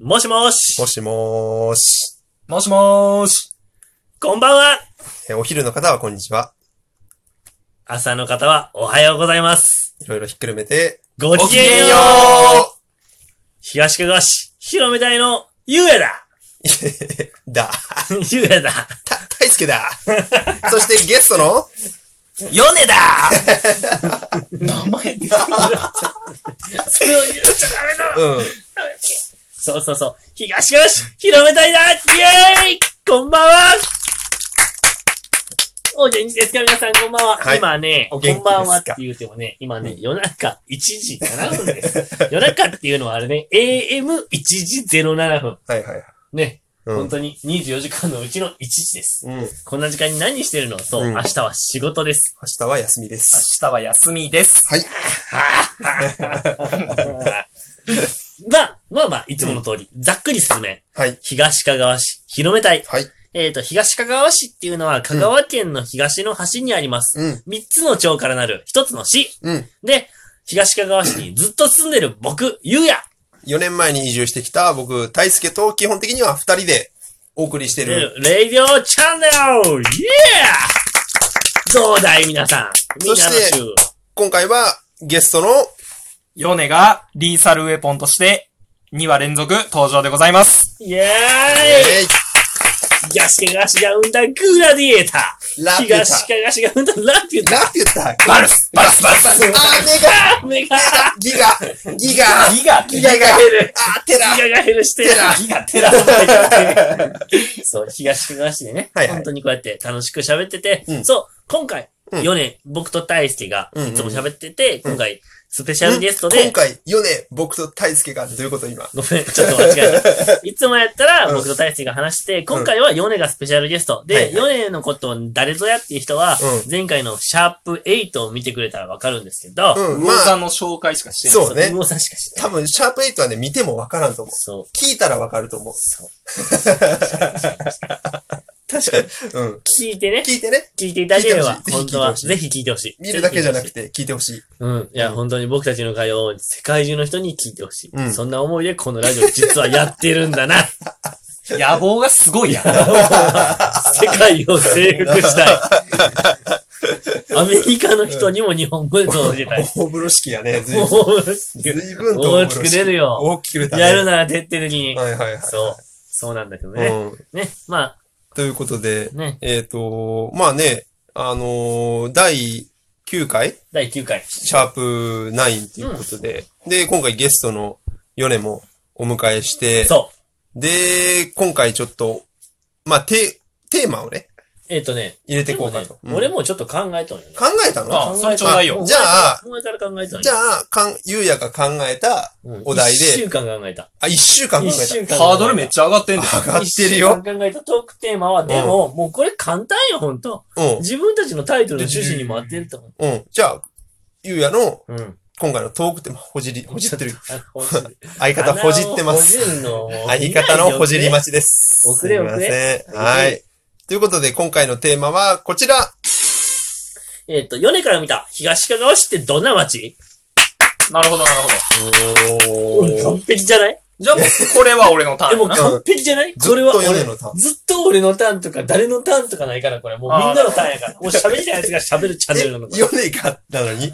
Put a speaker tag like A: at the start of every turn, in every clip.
A: もしもし
B: もしもーし。
C: もしもーし。
A: こんばんは
B: えお昼の方はこんにちは。
A: 朝の方はおはようございます
B: いろいろひっくるめて、
A: ご
B: ご
A: きげんよう東かがし、広めたいの、ゆうやだ
B: う だ。
A: ゆうやだ
B: た、大輔だ。 そしてゲストの、
C: ヨネだ名前
A: それを言っちゃダメだ
B: うん。
A: そうそうそう。東かがし、広めたいだイェーイこんばんはお元気ですか皆さんこんばんは。
B: はい
A: 今ね、こ
B: お元気
A: んばんはっ
B: です
A: て
B: か
A: 言うてもね、今ね、夜中1時7分です。夜中っていうのはあれね、AM1 時07分。
B: はいはいはい。
A: ね、
B: う
A: 本
B: ん。
A: 当に24時間のうちの1時です。
B: うん。明
A: こんな時間に何してるのそう、
B: うん
A: 明日は仕事 です。
B: 日は休みです。
C: 明日は休みです。
B: はい。
A: まあ、まあまあ、いつもの通り、ざっくり進め。
B: はい。
A: 東かがわ市、広めたい。
B: はい。
A: えっ、と、東かがわ市っていうのは、香川県の東の端にあります。
B: うん。
A: 三つの町からなる一つの市。
B: うん。
A: で、東かがわ市にずっと住んでる僕、ゆうや。
B: 4年前に移住してきた僕、大輔と基本的には2人でお送りしてる。
A: レイディオチャンネルイエーどうだい皆さん。みんなの
B: そして
A: 週。
B: 今回はゲストの、
C: ヨネがリーサルウェポンとして2話連続登場でございます。
A: イエーイ、
B: え
A: 東かがわ市が生んだグラディエーター。
B: ー、ラピュ
A: 東
B: タ。
A: かがしが生んだラピュタ。
B: ラピュタ。
C: バルスバルスバルスバルス
B: あ
A: 目が、
B: ー、メガ、ギガ、ギガ、
C: ギガ
B: ギ
C: ギ
B: ガ
A: 目が
B: が、
A: 減る。
B: あー、テラ。
A: 目が減るして。
C: ガギガテラ
A: そう、東かがしでね、
B: はいはい
A: 本当にこうやって楽しく喋ってて、
B: うん
A: そう、今回、
B: うん
A: 4年、僕と大輔が
B: うんうん
A: いつも喋ってて、今回、スペシャルゲスト
B: 今
A: で、
B: 回、ヨネ、僕と大輔が、どういうこと今。
A: ごめん、ちょっと間違え た。いつもやった
B: う
A: ら
B: ん
A: 僕と大輔が話して、今回はヨネがスペシャルゲスト。
B: はい
A: で、
B: はい
A: ヨネのことを誰ぞやっていう人は
B: う、
A: 前回のシャープ8を見てくれたらわかるんですけど、
B: うん、ま
C: 魚座
B: あ、
C: の紹介しかしてない。
B: そうね
A: うおさんしか知らない。
B: 多分、シャープ8はね、見てもわからんと思う。
A: そう。
B: 聞いたらわかると思う。
A: そう。確かに。
B: うん。
A: 聞いてね。
B: 聞いてね。
A: 聞いていただければ、
B: 聞いてほしい
A: 本当は、
B: ぜ
A: ぜひ聞いてほしい。
B: 見るだけじゃなく
A: て。
B: て、聞いてほしい。
A: うん。いや、本当に僕たちの会話を世界中の人に聞いてほしい。
B: うん
A: そんな思いでこのラジオ実はやってるんだな。
C: 野望がすごいやん。
A: 世界を征服 したい。アメリカの人にも日本語で届けたい。
B: 大風呂敷やね、ずい
A: も
B: ぶん。
A: う、
B: ずいぶんと
A: 大きく出るよ。
B: 大きく出たね。
A: やるなら徹底的に。
B: はいはいはい。
A: そう。そうなんだけど
B: う
A: ね。
B: ん。
A: ね。ま
B: ということで
A: あ、、ね。
B: えっと、まあね、あのー、第9回、
A: 第9回。
B: シャープ9ということで、で、今回ゲストのヨネもお迎えして、
A: そう。
B: で、今回ちょっと、まあ、テ、テーマをね、
A: えっとね、
B: 入れて
A: で
B: いこ
A: も
B: うか
A: ね
B: と。、
A: 俺
B: うん
A: もちょっと考えたんよね。
B: 考えたの
C: あそれちょうだいよ
B: じゃあ、
A: お前から考えたんよ
B: じゃあ、かん、ゆうやが考えた、
A: うん
B: お題で
A: 一週間考えた。
B: あ、一週間考
A: 一
B: え
A: 週間。
C: ハードルめっちゃ上がってんだよ。
B: た。上が ってるよ。
A: 一週間考えたトークテーマは、でも、もうこれ簡単よ、ほんと。
B: うん。
A: 自分たちのタイトルの趣旨にも合ってると思
B: うん。じゃあ、ゆうやの、
A: う。うん。
B: 今回のトークって、ほじり、ほじっ てる。
A: あほじる
B: 相方ほじってま
A: ほ
B: す。
A: じんの。もう
B: 相方のほじり待ちです。
A: 遅れ遅れ
B: すいません。
A: 遅れ
B: はい。ということで、今回のテーマはこちら。
A: えっと、米から見た東かがわ市ってどんな街
C: なるほど、なるほ
B: お
C: ど。
A: 完。璧じゃない
C: じゃあもう、これは俺のタ
A: で
C: ーン
A: も
C: やな。
A: 完璧じゃない
B: ずっ
A: これは
B: とヨ
A: 俺
B: ネのターン。
A: ずっと俺のターンとか、誰のターンとかないから、これ。もうみんなのターンやから。もう喋りたいやつが喋るチャンネルなの。こ
B: えヨネが、なのに、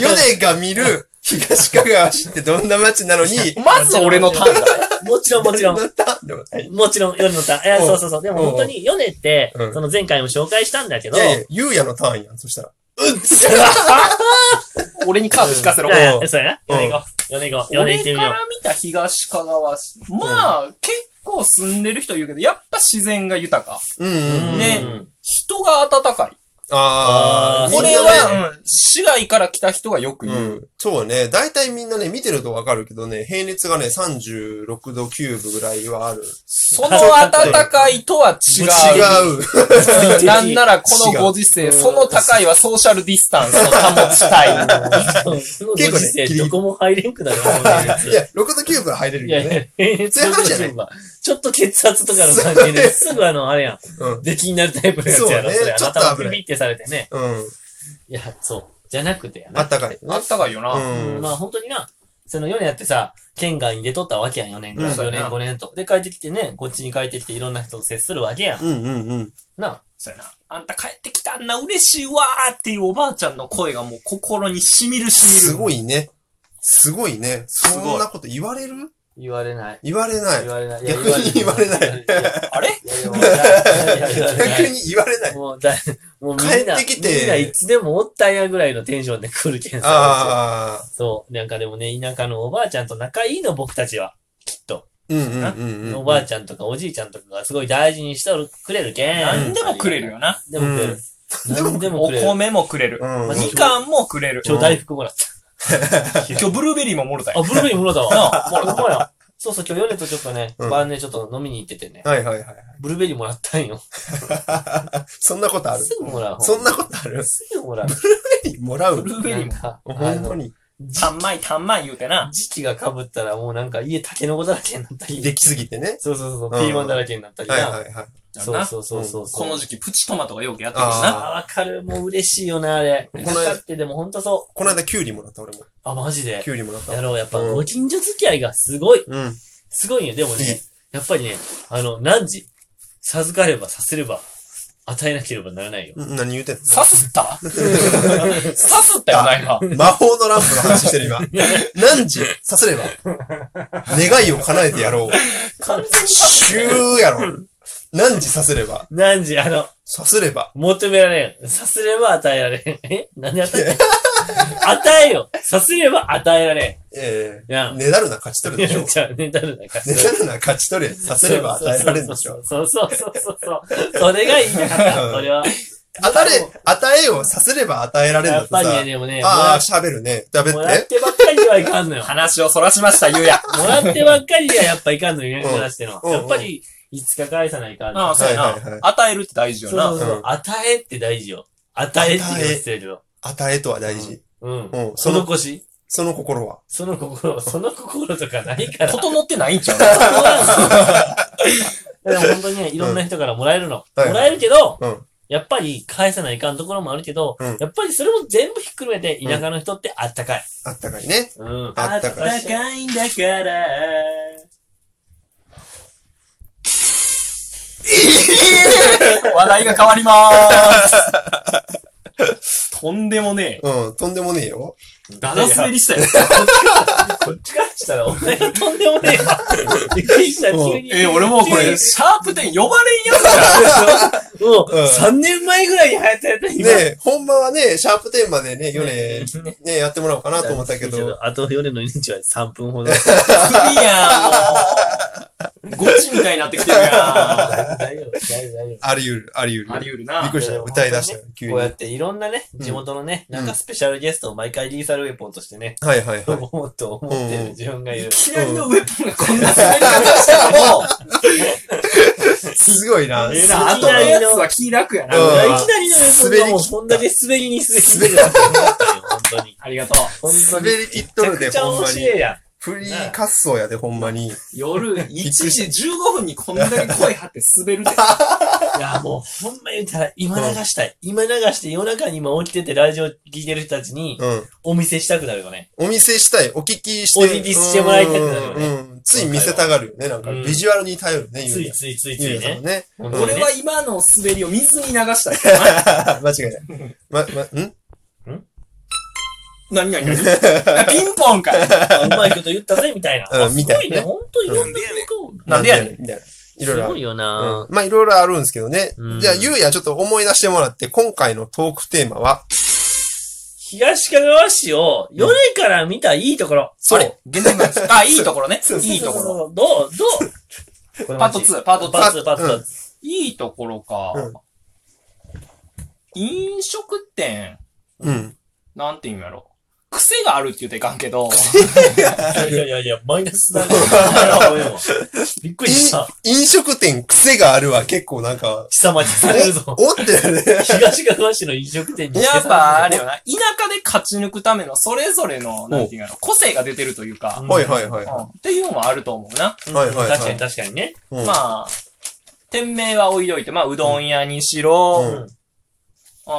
B: ヨネが見る東かがわ市ってどんな街なのに、
C: まず俺のター ンだ。
A: れ もちろん、もちろん。
B: ヨネのターンでもない
A: もちろん、夜のターン。いや、
B: うん
A: そうそうそう。でも本当に、ヨネって
B: う、ん
A: その前回も紹介したんだけど、
B: いやいや、ゆうやのターンやん、そしたら。
C: 俺にカーブ引かせろ
A: い。やいやそうや
B: う
A: な。
B: ん
A: ヨネ行こう。ヨネ行こう。ヨネ行っ
C: 俺
A: てみ
C: か
A: よう
C: ら。見た東かがわ市。まあ、結構住んでる人いるけど、やっぱ自然が豊か。
B: うんうんうん。
C: ね
A: うん
C: 人が温かい。
A: あ
B: あ
A: ー
B: ー、
C: これ
B: みんなね、
C: は、うん市外から来た人がよく
B: う
C: 言う。
B: ん。そうね。大体みんなね、見てるとわかるけどね、平熱がね、36度9分ぐらいはある。
C: その温かいとは違う。
B: 違う。
C: なんならこのご時
A: 違う
C: 世、その高いはソーシャルディスタンスを保ちたい。
A: 結構ね、どこも入れんくなる。
B: いや、6度9分は入れる
A: い
B: よ
A: やい
B: ね。
A: や、え
B: そういう話じゃない
A: ちょっと血圧とかの関係で、すぐあの、あれやん。
B: うん。
A: 出禁になるタイプのやつやろ。
B: そうね
A: それ
B: ちょっと危ない
A: 頭ピピってされてね。
B: うん。
A: いや、そう。じゃなくてや
B: あ
A: な。
B: ったかい。
C: あったかいよな。
B: うん。
A: まあ本当にな、その4年やってさ、県外に出とったわけやん、4年間。
B: うん
A: 4年、5年と。で、帰ってきてね、こっちに帰ってきていろんな人と接するわけやん。
B: うんうんうん。
A: なあ。
C: そうやな。あんた帰ってきたんな、嬉しいわーっていうおばあちゃんの声がもう心に染みる染みる。
B: すご
C: い。
B: いね。すごいね。
C: ごい
B: そんなこと言われる
A: 言われない。
B: 言われない
A: 言。われない。
B: 逆に言われない
A: いや。
C: あれ
A: いやいや言われないいやいや言われない
B: 逆に言われない。
A: もうだ、もうみんな、
B: 帰ってきて
A: みんないつでもおったんやぐらいのテンションで来るけんさ。
B: ああ。
A: そう。なんかでもね、田舎のおばあちゃんと仲いいの、僕たちは。きっと。
B: うんうんうんうん。
A: おばあちゃんとかおじいちゃんとかがすごい大事にしておるくれるけん。
C: 何でもくれるよな。
A: でもくれ
B: う
A: る
B: ん。
A: 何でも
C: お
A: くれる。
C: 米もくれる。
B: うん
A: まあ
C: みかんもくれる。
A: 今日大福もらった。
C: 今日ブルーベリーももろたよ。
A: あ、ブルーベリーもらったわ。
C: なあ、もろた。
A: ほんまやそうそう、今日夜とちょっとね、
B: うん
A: 晩ね、ちょっと飲みに行っててね、
B: はいはいはい。
A: ブルーベリーもらったんよ。
B: そんなことある
A: すぐもらう。
B: そんなことある
A: すぐもらう。
B: もら
C: ブ
B: う
C: ルーベリ
A: な
C: ー
A: ん
C: も。
A: か
B: ほん
A: あ
B: ま
A: の
B: に。
C: たんまいたんまい言うてな。
A: 時期が被ったらもうなんか家竹の子だらけになったり。
B: できすぎてね。
A: そうそうそう、
B: うん
A: ピーマンだらけになったりな。
B: はいはいはい。
A: そうそうそうそう。
C: この時期プチトマトがよくやってくるしな。
A: あーわかる。もう嬉しいよな、あれ。
B: この
A: かかってでもほんとそ
B: この間キュウリもらった俺も。
A: う。あ、マジで
B: キ。ュウリもらった
A: や。ろう。やっぱ
B: うん
A: ご近所付き合いがすごい。
B: うん。
A: すごいよ。でも
B: いい
A: ね、やっぱりね、あの、何時、授かればさせれば、与えなければならないよ。
B: うん何言うてんの
C: 刺すった刺すったよな、今。
B: 魔法のランプの話してる今。何時さすれば。願いを叶えてやろう。
A: 完全に
B: シューやろ。何時さすれば。
A: 何時、あの、
B: さすれば。
A: 求められん。さすれば与えられん。 え何で与えられん与えよさすれば与えられん。
B: ええ
A: いや
B: ねだるな勝ち取るで しょ。
A: じゃあ、ねだるだか
B: ね
A: ら。
B: だるな勝ち取れ。さすれば与えられるんでしょ。
A: そうそうそうそうそう。それが言いたかった。それは。
B: 当たれ、与えよ、さすれば与えられるん
A: や
B: だ
A: っ
B: と
A: ぱりね、
B: さ。
A: でもね、も
B: あ
A: ら
B: あ、喋るね。喋
A: も
B: っ。
A: らっててばっかりではいかん のよ。
C: 話をそらしました、ゆうや。
A: もらってばっかりではやっぱいかんのよね、
B: うん
A: 友達ってのは。
B: うん
A: やっぱり、いつか返さないかん
C: あ
A: の。
C: あ、そうや
B: はいはいはい。
C: な。与えるって大事
A: そう
C: よな
A: そう。そううん与えって大事よ。与えって言わせるよ。
B: 与えとは大事。
A: うん。
B: うん。その、
A: 施し
B: その心は。
A: その心、その心とかないから。
C: 整ってないんちゃう
A: でも本当にね、いろんな人からもらえるの。
B: うん
A: もらえるけど、
B: うん
A: やっぱり返さないかんところもあるけど、
B: うん
A: やっぱりそれも全部ひっくるめて、田舎の人ってあったかい。
B: あったかいね。
A: うん。
B: あったかい。
C: 高いんだから。 話題が変わりまーす。とんでもね
B: うん。とんでもねえよ。
C: え。ダダ滑りしたよ。
A: こっちからしたら、お前がとんでもねえわ。びっくりした、急に。
C: え、俺もうこれ、シャープ10呼ばれんやつだ。
A: もう、
B: うん
A: 3年前ぐらいに流行ったやつだ、今。
B: ねえ、ほんまはね、シャープ10までね、ヨネ、
A: ね
B: ね、やってもらおうかなと思ったけど。。
A: あと4年の日は3分ほど。
C: いいやん、もう。ゴチみたいになってきてるや
A: 大丈夫、大丈夫、大丈夫。
B: あり得る、あり
C: ん。
B: 得
C: あ
B: る。
C: り得る
B: びっ
C: な
B: く。りした。歌い出したよ、急に。
A: こうや
B: はい
A: っていろんなね、地元のね、
B: うん
A: なんかスペシャルゲストを毎回リーサルウェポンとしてね、
B: はいはい。
A: 呼ぼうと思ってる自分がいる
C: い。きなりのウェポンがこんな滑り方しても、
B: すごいな。
A: ええ
B: す
A: な
C: あとのやつは気楽やな。
B: うん
A: いきなりのね、そんなもう
B: 滑り切った
A: こんだけ滑りに滑り切るなって思ったよ、本当に。
C: ありがとう。
A: 本当に。
B: 滑り切っとる
A: め
B: で、
A: ちゃくちゃ
B: ほん
A: 面
B: ま
A: 白
B: に。
A: いやん。
B: フリー滑走やで、ほんまに。
C: 夜1時15分にこんだけ声張って滑 るで。
A: いや、もう、ほんま言うたら、今流したい。今流して、夜中に今起きてて、ラジオ聞いてる人たちに、
B: うん。
A: お見せしたくなるよね。
B: お見せしたい、お聞きして。
A: お聞きしてもらいたくなるよね
B: うんうん。つい見せたがるよね。なんか、
A: うん
B: ビジュアルに頼るね、
A: つ
B: ゆう
A: い
B: や。
A: ついついつ
B: ゆ
A: いう
B: やさん
A: ね。
B: ね。
A: 本当に
C: 俺
A: ね
C: は今の滑りを水に流した い。
B: 間違いない。ま、ま、ん
C: 何何何あピンポンかい。
A: うまいこと言ったぜ、みたいな。
B: うん
A: あす
B: み
A: ご
B: た
A: い
B: い
A: ね。
B: な
A: ほんといろんな
C: なんでやねん
B: ん。みたいな。い
A: す
B: ろいろあ
A: ご
B: る
A: い。よ
B: う
A: なん
B: まあ、いろいろあるんですけどね
A: うん。
B: じゃあ、ゆうやちょっと思い出してもらって、今回のトークテーマは、
A: 東かがわ市を、夜から見たいいところ。
B: そう
A: あれ。
C: 現在あ、いいところ ね。いいところ。
A: ろ。どうどう
C: パート2、パート
A: パ
C: 2。
A: ート2、パート
B: うん
A: 2。
C: いいところか。
B: うん
C: 飲食店、
B: うん。
C: なんて言うんやろ。癖があるって言っていかんけど、
A: いやいやいや、マイナス だね。びっくりした。
B: 飲食店癖があるは結構なんか、
A: 下町されるぞ。
B: おってなるね。
A: 東かがわ市の飲食店に。
C: やっぱあれよな、田舎で勝ち抜くためのそれぞれの、なんて言うんやろ、個性が出てるというか、
B: はいはいはい。
C: うんっていうのもあると思うな。
A: うん
B: はいはいはい
A: 確かに確かにね。
B: うん
C: まあ、店名は置いといて、まあ、うどん屋にしろ、
B: うん
C: う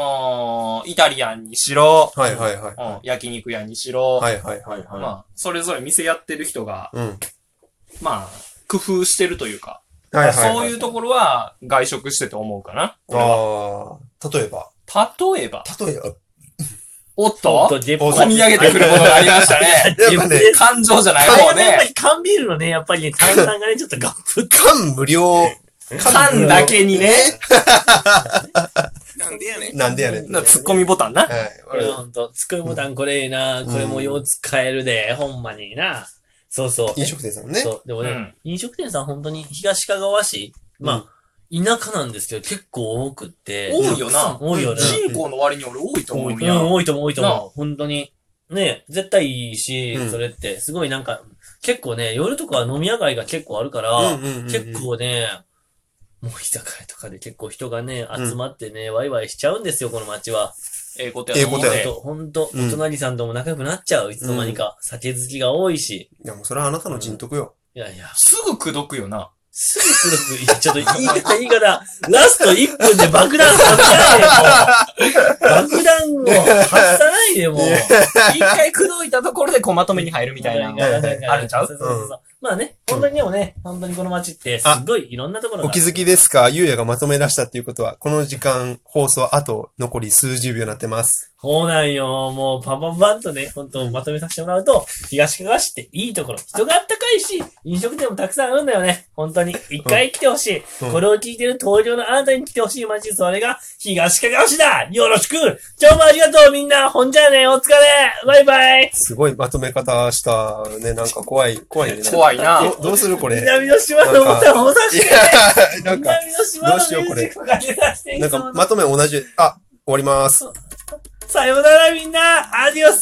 C: んイタリアンにしろ、
B: はいはいはい。
C: うん焼肉屋にしろ、
B: はいはいは
A: は
B: い。
A: い
C: ま
A: は
C: あ、それぞれ店やってる人が、
B: うん。
C: まあ、工夫してるというか、
B: はいはい。。
C: そういううところは外食してて思うかな。
B: ああ、例えば。
C: 例えば、
B: 例えば。
C: おっ
A: い。おっ
C: と
A: と、デ
B: お
A: ポ
B: っ
C: 込み上げてくるものがありました ね。
A: 自分で。
C: 感情じゃない
A: あれ
C: 方
A: はね、やっぱ
C: ね。
A: り缶ビールのね、やっぱりね、炭酸がね、ちょっとガップ
B: 缶無料。
C: 缶だけにね。
D: なんでやねん。
B: なんでやねん。
C: な突っ込みボタンな。
A: これほんと、机ボタンこれええな、これもよう使えるで、ほんまにな。そうそう。
B: 飲食店さんね。
A: そう。でもね、
C: うん
A: 飲食店さん本当に東かがわ市、まあ、田舎なんですけど結構多くって。
C: 多いよな。
A: 多いよね。
C: 人口の割に俺多いと思うんや。
A: うん、多いと思う、多いと
C: なあ
A: 思う。本当に。ね絶対いいし、
B: うん
A: それって、すごいなんか、結構ね、夜とかは飲み屋街が結構あるから、結。構ね、もう居酒屋とかで結構人がね、
B: ん
A: 集まってね、ワイワイしちゃうんですよ、この街は。
C: ええことやと思う
B: ええこと
A: ほ
B: や
A: ん
C: で。
A: と、ほんと、
B: うん
A: お隣さんとも仲良くなっちゃう、いつの間にか。酒好きが多いし。
B: いやもうそれはあなたの人徳よ。
A: いやいや、
C: すぐ口説くよ な。
A: すぐすぐ、ちょっと言い方言い方、ラスト1分で爆弾発さないで、もう。爆弾を発さないで、もう。
C: 一回口説いたところで小まとめに入るみたいな。
A: はいはいはいはい
C: あるんちゃう
A: そうそうそうそうまあね、本当にでもね、本当にこの街って、すっごいいろんなところが。
B: お気づきですかゆうやがまとめ出したっていうことは、この時間、放送あと残り数十秒になってます。
A: そうなんよ。もう、パパパンとね、本当まとめさせてもらうと、東かがわ市っていいところ。人があったかいし、飲食店もたくさんあるんだよね。本当に。一回来てほしい。
B: うん
A: これを聞いてる東京のあなたに来てほしい街、それが東かがわ市だよろしく今日もありがとうみんなほんじゃあねお疲れバイバイ
B: すごいまとめ方したね。なんか怖い。怖いね。
C: 怖いな。
B: どどうするこれ。いや、
A: 南の島のボタンを押させて
B: なんか、
A: 南の島の
B: どうしよう
A: ミュ
B: こ
A: ー
B: れ
A: ジックをかけさせてい
B: なん
A: つも
B: か
A: の
B: まとめ同じ。あ、終わります。
A: さようならみんなアディオス